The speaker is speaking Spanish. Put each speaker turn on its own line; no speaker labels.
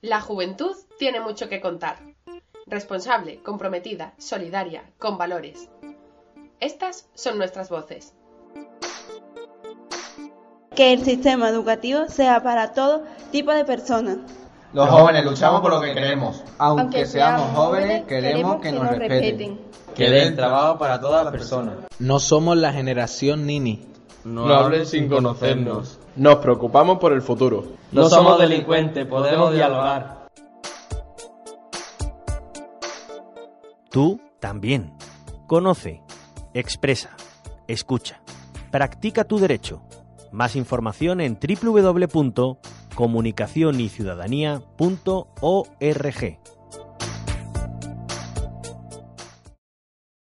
La juventud tiene mucho que contar. Responsable, comprometida, solidaria, con valores. Estas son nuestras voces.
Que el sistema educativo sea para todo tipo de personas.
Los jóvenes luchamos por lo que queremos. Aunque, seamos jóvenes, queremos que nos respeten.
Que den trabajo para todas las personas.
No somos la generación Nini.
No hablen sin conocernos.
Nos preocupamos por el futuro.
No somos delincuentes, podemos dialogar.
Tú también. Conoce, expresa, escucha. Practica tu derecho. Más información en www.comunicacionyciudadanía.org.